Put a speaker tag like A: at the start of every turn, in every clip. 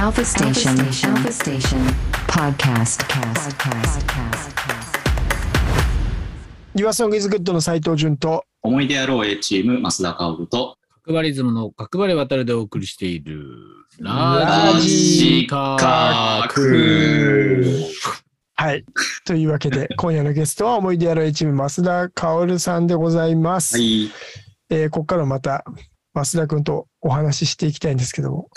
A: Alpha Station. Alpha Station. Podcast. Podcast. Podcast.
B: 岩ソングイズグッドの斉藤潤と、
C: 思い出やろう A チーム、増田薫と、
D: 角張りズムの角張り渡るでお送りしている、ラジカーク。
B: はい。というわけ で、今夜のゲストは思い出やろうチーム、増田薫さんでございます。
C: はい。
B: えーここからまた、増田君とお話ししていきたいんですけど も、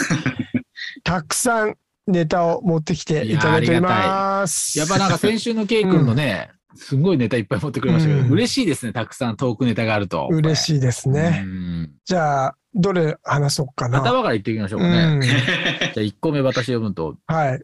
B: たくさんネタを持ってきていただいております。
D: やっぱなんか先週のケイ君のね、すごいネタいっぱい持ってくれましたけど、
B: うん
D: 嬉しいですね、たくさんトークネタがあると。
B: 嬉しいですね。
D: うん
B: じゃあ、どれ話そうかな。
D: 頭から言っていきましょうかね。じゃあ1個目私読む
B: う
D: と、
B: ん、 はい。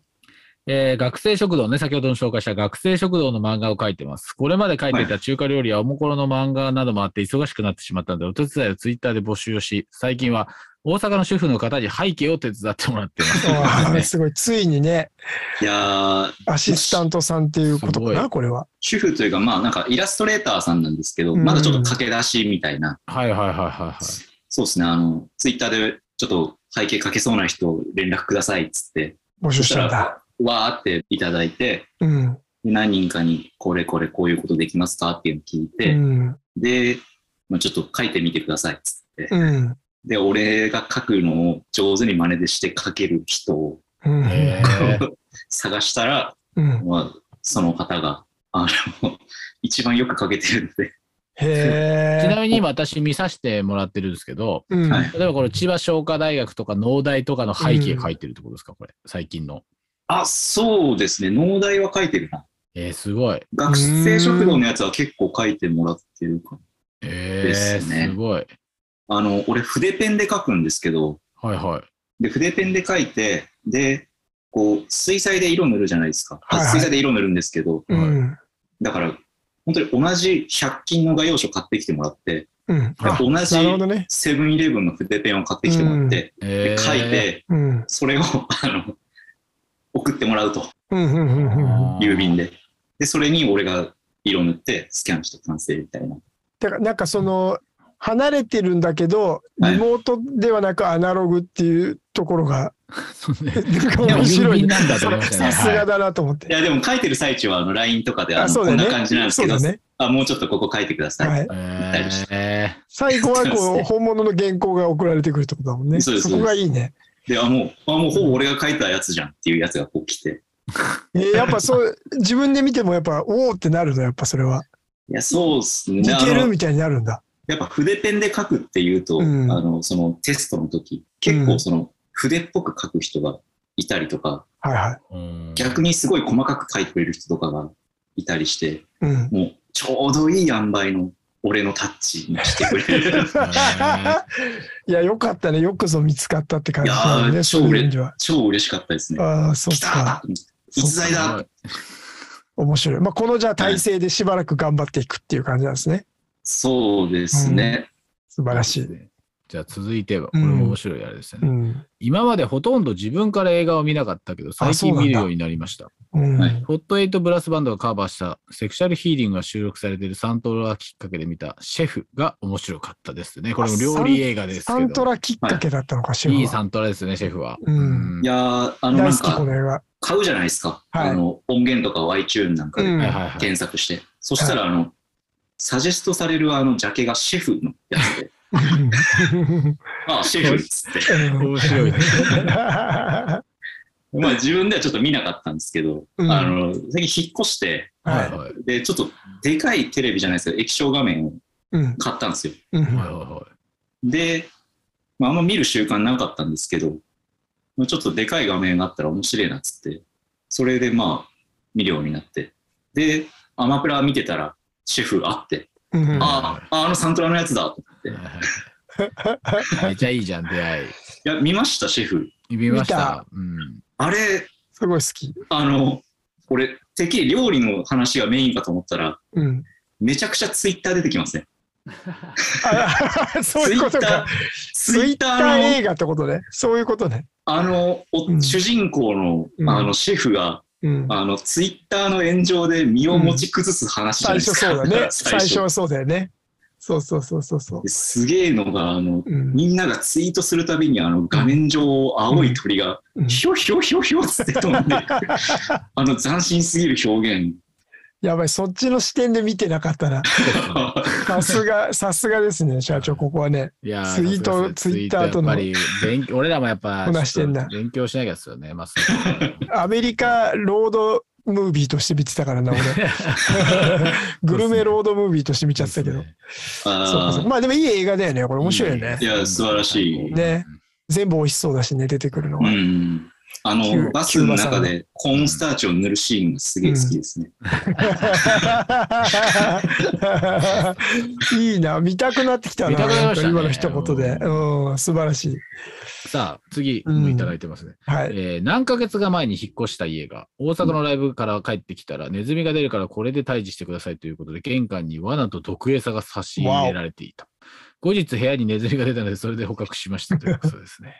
D: えー学生食堂ね、先ほどの紹介した学生食堂の漫画を描いてます。これまで描いていた中華料理やおもころの漫画などもあって忙しくなってしまったので、お手伝いをツイッターで募集をし、最近は大阪の主婦の方に背景を手伝ってもらってます。
B: あーすごい。ついにね、
C: いやー
B: アシスタントさんっていうことか
D: すご
B: な、
D: い
B: これは。
C: 主婦というか、まあなんかイラストレーターさんなんですけど、
B: うん
C: まだちょっと駆け出しみたいな、
D: はいはいはいはいはい。
C: そうですね、あの、ツイッターでちょっと背景かけそうな人連絡くださいっつって、
B: 募集したんだ。
C: わーっていただいて、
B: うん。
C: 何人かにこれこれこういうことできますかっていうのを聞いうて、
B: ん。
C: で、まあ、ちょっと書いてみてくださいっつって、
B: うん。
C: で、俺が書くのを上手に真似でして書ける人を
B: うん。
D: えー
C: 探したら、
B: うん
C: まあ、その方が、あの、 一番よく書けてるので、
B: へ
D: ち
B: え
D: な。みに今私見させてもらってるんですけど、
B: うん
C: はい
D: 例えばこれ千葉商科大学とか農大とかの背景描いてるってことですか、これ、最近の。
C: あ、そうですね、農大は書いてるな。
D: えー、すごい。
C: 学生食堂のやつは結構書いてもらってるか
D: えー、
C: ですね
D: すごい。
C: な。あの、俺、筆ペンで書くんですけど、
D: はいはい。
C: で、筆ペンで書いて、で、こう、水彩で色塗るじゃないですか。
B: はいはい
C: 水彩で色塗るんですけど、
B: うん。
C: だから、本当に同じ100均の画用紙を買ってきてもらって、
B: うん。
C: で
B: あ、
C: 同
B: なるほ
C: じ
B: どね。
C: セブンイレブンの筆ペンを買ってきてもらって、
D: え
C: で
D: ー
C: 書いて、
B: うん。
C: それを、あの、送ってもらうと、
B: うん。うん。うんうん。
D: あー
C: 郵便で。で、それに俺が色塗って、スキャンして完成みたいな。
B: だから、なんかその、離れてるんだけど、
C: はい
B: リモートではなくアナログっていうところが、
D: そう ね
B: なんか
D: いや
B: 面白い
D: 郵便
B: ね。
D: なんだと思いましたね
B: さすがだなと思っ
C: い
B: て。
C: や、でも書いてる最中は、あの、LINE とかで、あ
B: あ、
C: の、
B: そうだ
C: こん
B: よ
C: な感じなん
B: ね。
C: です
B: そう
C: けど
B: だ、ね。
C: あ、もうちょっとここ書いてください。
B: はい。
D: え
B: 最後は
C: そう
B: こ
C: で
B: う
C: すね
B: 本物の原稿が送られてくるってことだもんね。
C: そう
B: そ
C: です
B: こがいいね。
C: で、あ、もう、あ、もうほぼ俺が書いたやつじゃんっていうやつがこう来て。
B: えーやっぱそう自分で見てもやっぱおおってなるのやっぱそれは。
C: いや、そうっす
B: 似
C: ね。あ
B: てる
C: の
B: みたいになるんだ。
C: やっぱ筆ペンで書くっていうと、
B: うん
C: あの、そのテストの時、結構その、筆っぽく書く人がいたりとか、
B: はいはい。
D: ーうん
C: 逆にすごい細かく書いてくれる人とかがいたりして、
B: うん。
C: もうちょうどいい塩梅の俺のタッチにしてくれる。
B: いや、よかったね。よくぞ見つかったって感じだよ
C: いや
B: ね、
C: ー
B: そういう意味では。
C: 超嬉しかったですね。
B: ああ、そう
C: 来
B: か。
C: た逸材だ
B: 面白い。まあ、このじゃあ体制でしばらく頑張っていくっていう感じなんですね。
C: そうですね。
B: 素晴らしい。。
D: じゃあ続いては、これも面白いあれですよ
B: う
D: ね、
B: ん。
D: 今までほとんど自分から映画を見なかったけど、最
B: そうな
D: 近
B: んだ
D: 見るようになりました。
B: うん。
C: はい
D: ホットエイトブラスバンドがカバーしたセクシャルヒーリングが収録されているサントラきっかけで見たシェフが面白かったですね。これも料理映画です
B: サ
D: け
B: ント
D: ど。
B: ラきっかけだったのかしら。
D: いいサントラですね、シェフは。
B: うん
D: う
C: いやーあの
B: 大
C: な
B: 好
C: ん
B: き、こ
C: か
B: の映画。
C: 買うじゃないですか。
B: はい
C: あの音源とかを iTune なんか
B: う
C: で
B: ん
D: はいはいはい。
C: 検索して。そしたらあの、サジェストされるあのジャケがシェフのやつ で、ああ、シェフっつって。
B: うん
D: 面白いね。
C: まあ自分ではちょっと見なかったんですけど、
B: うん
C: あの、最近引っ越して、
D: は い
B: は
D: はい。
C: で、ちょっとでかいテレビじゃないですけど、液晶画面を
B: い。うん。
C: 買ったんですよ。
B: うん
D: はいはいはい。
C: で、まあ、あんま見る習慣なかったんですけど、まあちょっとでかい画面があったら面白いなっつって、それでまあ、見るようになって。で、アマプラ見てたら、シェフあって、
B: うん
C: ああ、あのサントラのやつだと思っ て。い
D: めっちゃいいじゃん、出会
C: や、見ました、シェフ。
D: い。見まし
B: 見た
D: た。うん。
C: あれ、
B: すごい好き。
C: あの、俺、てっきり料理の話がメインかと思ったら、
B: うん。
C: めちゃくちゃツイッター出てきますね。
B: あ そういうことか。
C: ツ
B: ツ
C: イ
B: イ
C: ッ
B: ッ
C: タ
B: タ
C: ー
B: ー
C: の、
B: 映画ってことね。そういうことね。
C: あの、お
B: うん
C: 主人公の、
B: うん
C: あの、シェフが、
B: うん。
C: あの、ツイッターの炎上で身を持ち崩す話じゃ
B: 最
C: ないで
B: 初
C: すか。
B: そうだね
C: 。最
B: 最
C: 初
B: 初はそうだよね。そうそうそうそうそう。
C: ですげえのが、あの、
B: うん
C: みんながツイートするたびに、あの、画面上を青い鳥が、
B: うん
C: ひょひょひょひょっつって飛ん でいくあの、斬新すぎる表現。
B: やばい、そっちの視点で見てなかった な。さすが、さすがですね、社長、ここはね。
D: いや
B: ツイート
D: さすがですね
B: ツイッターとの
D: ツイッターやっぱり 勉俺らもやっぱ
B: こなしてんな
D: ちょっと勉強しなきゃですよね。まあ、そ
B: アメリカロードムービーとして見てたからな、 俺。グルメロードムービーとして見ちゃってたけど。そうか
C: あ
B: そうか
C: あ、
B: まあでもいい映画だよね、これ面白いよね。
C: いや素晴らしい
B: ね。全部美味しそうだしね、出てくるの
C: う
B: は。
C: ん。あ
B: キュ
C: の、
B: ー
C: バスの中でコーンスターチを塗るシーンがすげえ好きですね。
B: いいな、見たくなってきた
D: 見
B: な、
D: たくなりましたね
B: 今の一言で。うん、素晴らしい。
D: さあ、次、もういただいてますね。
B: はい。
D: えー何ヶ月か前に引っ越した家が、大阪のライブから帰ってきたら、ネズミが出るからこれで退治してくださいということで、玄関に罠と毒餌が差し入れられていた。後日部屋にネズミが出たので、それで捕獲しましたということですね。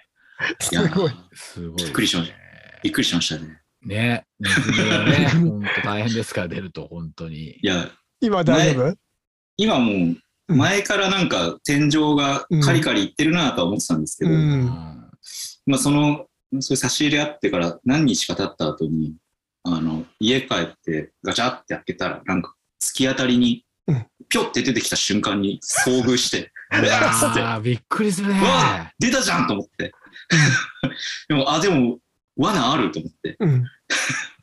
C: い
B: す
C: や
B: ごい。
D: すごい
C: び
D: ですね、
C: っくりしましびっくりしましたね。
D: ね。ネズミはね、 本当大変ですから、出ると本当に
C: い。や、
B: 今大丈夫
C: 今もう、前からなんか天井がカリカリいってるなとは思ってたんですけど、
B: うん
D: うん
C: まあその、そういう差し入れあってから何日か経った後に、あの、家帰ってガチャって開けたら、なんか突き当たりに
B: うん、
C: ぴょって出てきた瞬間に遭遇 して、うわーっつって、
D: あーびっくりするね
C: う。わ出たじゃんと思って。 でも、あ、でも、罠あると思って。
B: うん。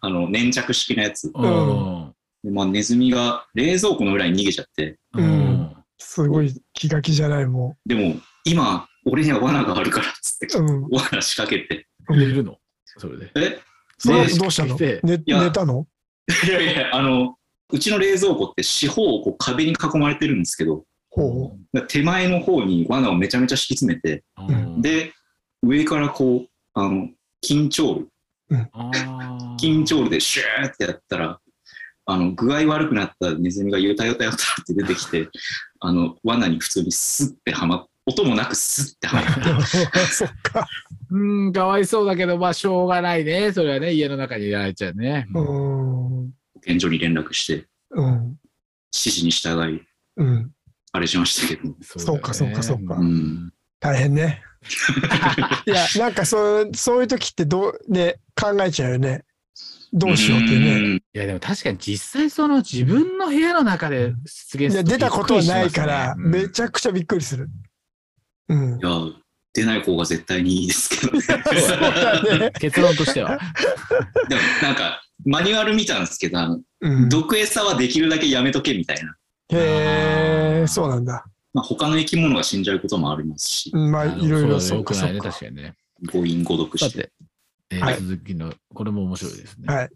C: あの、粘着式のやつ。
D: うん。
C: でまあ、ネズミが冷蔵庫の裏に逃げちゃって。
D: う
B: うん
D: ん。
B: すごい気が気じゃない、も
C: でも、今、俺には罠があるから、つって
B: う。。うん。
C: 罠仕掛けて。
D: いるのそれで。
C: え
B: その
C: で
B: 後どうしたの
D: で
B: 寝
C: いや
B: 寝たの
C: いやいや、あの、うちの冷蔵庫って四方をこう壁に囲まれてるんですけど、
B: ほう。
C: 手前の方に罠をめちゃめちゃ敷き詰めて、
D: うん、
C: で、上からこう、あの、緊張ル、
D: あー
C: 緊張ルでシューってやったら、あの、具合悪くなったネズミがヨタヨタヨタって出てき て、あの、罠に普通にスッてはまっ音もなくスッてはまっ て、
B: そっか。
D: うん、かわいそうだけど、まあ、しょうがないね。それはね、家の中にいられちゃうね。
B: うん。
C: 現場に連絡して、指
B: うん。
C: 示に従い、
B: うん。
C: あれしましたけど。
B: そうか、そうか、そうか
C: う。ん。
B: 大変 ね。いや、なんかそう、そういう時ってどう、ね、考えちゃうよね。どうしようってね。
C: ね。
D: いや、でも確かに実際、その自分の部屋の中で出現
B: い
D: す
B: や、
D: る
B: 出たことはない
D: びっくりしま
B: か
D: すね
B: ら、
D: うん
B: めちゃくちゃびっくりする。うん。
C: いや、出ない方が絶対にいいですけどね。
B: そうだね。
D: 結論としては。
C: でもなんか、マニュアル見たんですけど、あの
B: うん、
C: 毒餌はできるだけやめとけみたいな。
B: へえ、そうなんだ。
C: まあ、他の生き物が死んじゃうこともありますし
B: う、んま あ、
D: あの
B: いろいろ、
D: そう
B: そ
D: よ
B: っか
D: く
B: そ
D: ない
B: っ
D: ね、
B: か
D: 確。かにね。
C: 誤飲誤読
D: さ
C: して。
D: て、えー
B: はい
D: 続きの、これも面白いですね。
B: はい。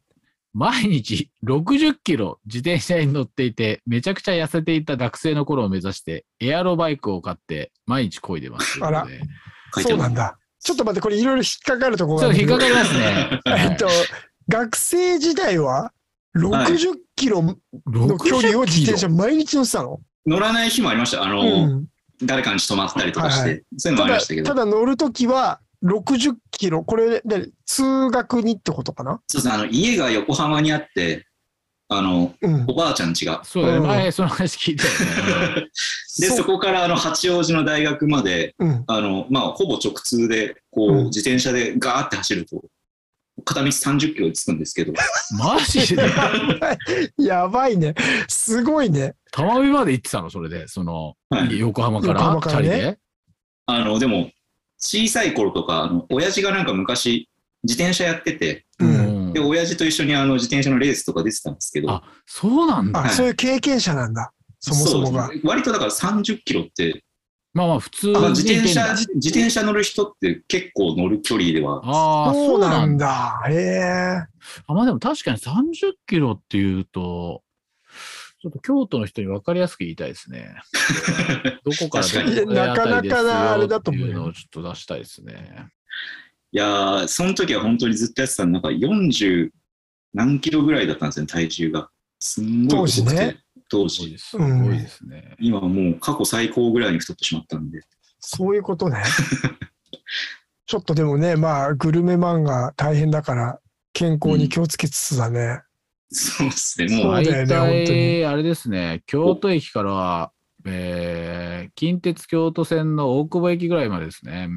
D: 毎日60キロ自転車に乗っていて、めちゃくちゃ痩せていた学生の頃を目指して、エアロバイクを買って、毎日漕いでます。
B: あら
D: という
C: 書い
B: そ
C: て
B: うな
C: あ
B: ん
C: る。
B: だ。ちょっと待って、これいろいろ引っかかるとこ
D: こと
B: ろ
D: で。
B: があ
D: そう、
B: る
D: 引っかかります ね。
B: えっと、学生時代は、60キロの
D: の
B: 距離を自転車毎日乗ってたの
C: 乗らない日もありました。あ
B: う
C: の、
B: ん。
C: 誰かに泊まったりとかして、
B: はい
C: そういうの
B: た
C: もあり
B: だ
C: ましたけど
B: た。だ乗るときは60キロ、これで通学にってことかな
C: そうですねあの家が横浜にあって、あの、
B: うん
C: お。ばあちゃん家が。
D: そうだね、
B: うん
D: 前その話聞いたよね。
C: で、
B: そう
C: そこからあの、八王子の大学まで、
B: うん。
C: あの、まあ、ほぼ直通で、こう
B: うん、
C: 自転車でガーって走ると、片道30キロで着くんですけど、
D: マジで
B: やばいね。すごいね。
D: 玉海まで行ってたのそれで、その、
C: はい
D: 横浜から
B: 横浜からね
D: チャリで。
C: あの、でも、小さい頃とか、あの、親父がなんか昔、自転車やってて、
B: うん。
D: うん
C: で、親父と一緒にあの、自転車のレースとか出てたんですけど
D: あ、そうなんだ。
B: あ、そういう経験者なんだ。そもそもが
C: う。ですね割とだから30キロって、
D: まあまあ、普通
C: あの
D: に
C: 自
D: 行
C: 転
D: けんだ
C: 車、自転車乗る人って結構乗る距離では、
D: ああ、そ
B: そうう
D: な
B: なんん
D: だ。
B: だ。へえ。
D: あまあでも確かに30キロっていうと、ちょっと京都の人に分かりやすく言いたいですね。どこから
C: 確かに
D: どこまであたりですよ
B: なかなかなあれだと思うよ
D: っていうのをちょっと出したいですね。
C: いやー、その時は本当にずっとやってたの、なんか40何キロぐらいだったんですよね、体重が。すんごい細
B: 当
C: く
B: 時
C: て
B: ね、
C: 当
D: すごい
C: 時。
D: ですすごいですね。
C: 今はもう過去最高ぐらいに太ってしまったんで。
B: そういうことね。 ちょっとでもね、まあ、グルメ漫画大変だから、健康に気をつけつつだね。
C: そうですね、
B: そ
C: もう
B: うだよね本
D: 大
B: 当
D: 体、
B: に
D: あれですね、京都駅からえー近鉄京都線の大久保駅ぐらいまでですね。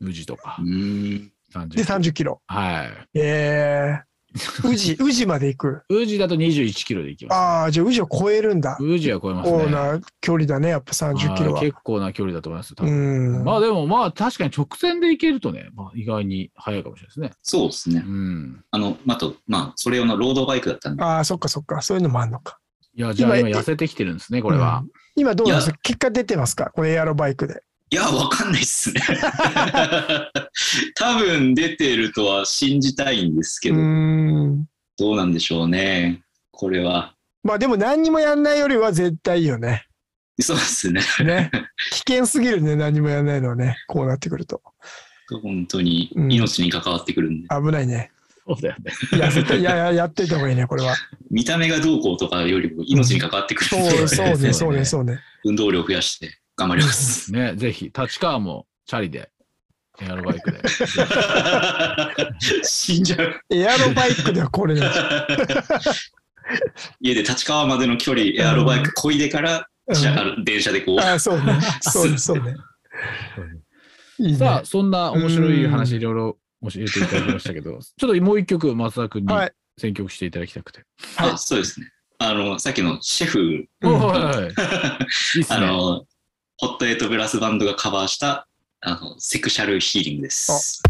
D: うん、宇治とか
C: う。ーん。
D: 30
B: で、30キロ。
D: はい。
B: えー、宇治、宇治まで行く。
D: 宇治だと21キロで行きます。
B: ああ、じゃあ宇治を超えるんだ。
D: 宇治は超えますね。
B: こうな距離だね、やっぱ30キロは
D: は。
B: い
D: 結構な距離だと思います。多
B: う
D: 分
B: ん。
D: まあでもまあ確かに直線で行けるとね、まあ、意外に早いかもしれないで
C: そうですね
D: すね。う。ん。
C: あの、あと、まあ、それ用のロードバイクだったんで、
B: ああ、そっかそっか。そういうのもあんのか。
D: いや、じゃあ今
B: 今
D: 痩せてきてるんですね、これは
B: う。ん今どうなんです
C: い
B: か結果出てますかこれエアロバイクで。
C: いや、わかんないっすね。 多分出てるとは信じたいんですけ
B: うー
C: ど、
B: ん。
C: どうなんでしょうね。これは。
B: まあでも何にもやんないよりは絶対いいよね。
C: そうですね。
B: ね。危険すぎるね、何もやんないのはね。こうなってくると。
C: 本当に
B: うん
C: 命に関わってくるんで、
B: 危ないね。
D: そうだよね。
B: いや、絶対いや、ややっていた方がいいね、これは。
C: 見た目がどうこうとかよりも命に関わってくるんで、
B: そう、そうね、
D: そ
B: そうう
D: ね
B: ね、そうね。
C: 運動量増やして頑張りま す。
D: ね、ぜひ、立川もチャリで、エアロバイ クで。
C: 死んじゃう。
B: エアロバイクではこ れだ。
C: 家で立川までの距離、エアロバイクこいでから、
B: うん
C: じゃあ電車でこう。
B: ああ、そうね。そうね、 そうね。いい
D: さ
B: ね
D: あ、。そんな面白い話いろいろ教えていただきましたけど、 ちょっともう一曲松田君に
B: はい。
D: 選曲していただきたくて。
B: はい
C: あそうですね。あの、さっきのシェフ、
B: うん
D: おいおいおいいいっす
C: あ
D: ね。
C: の、ホットエイトブラスバンドがカバーした、あの、セクシャルヒーリングです。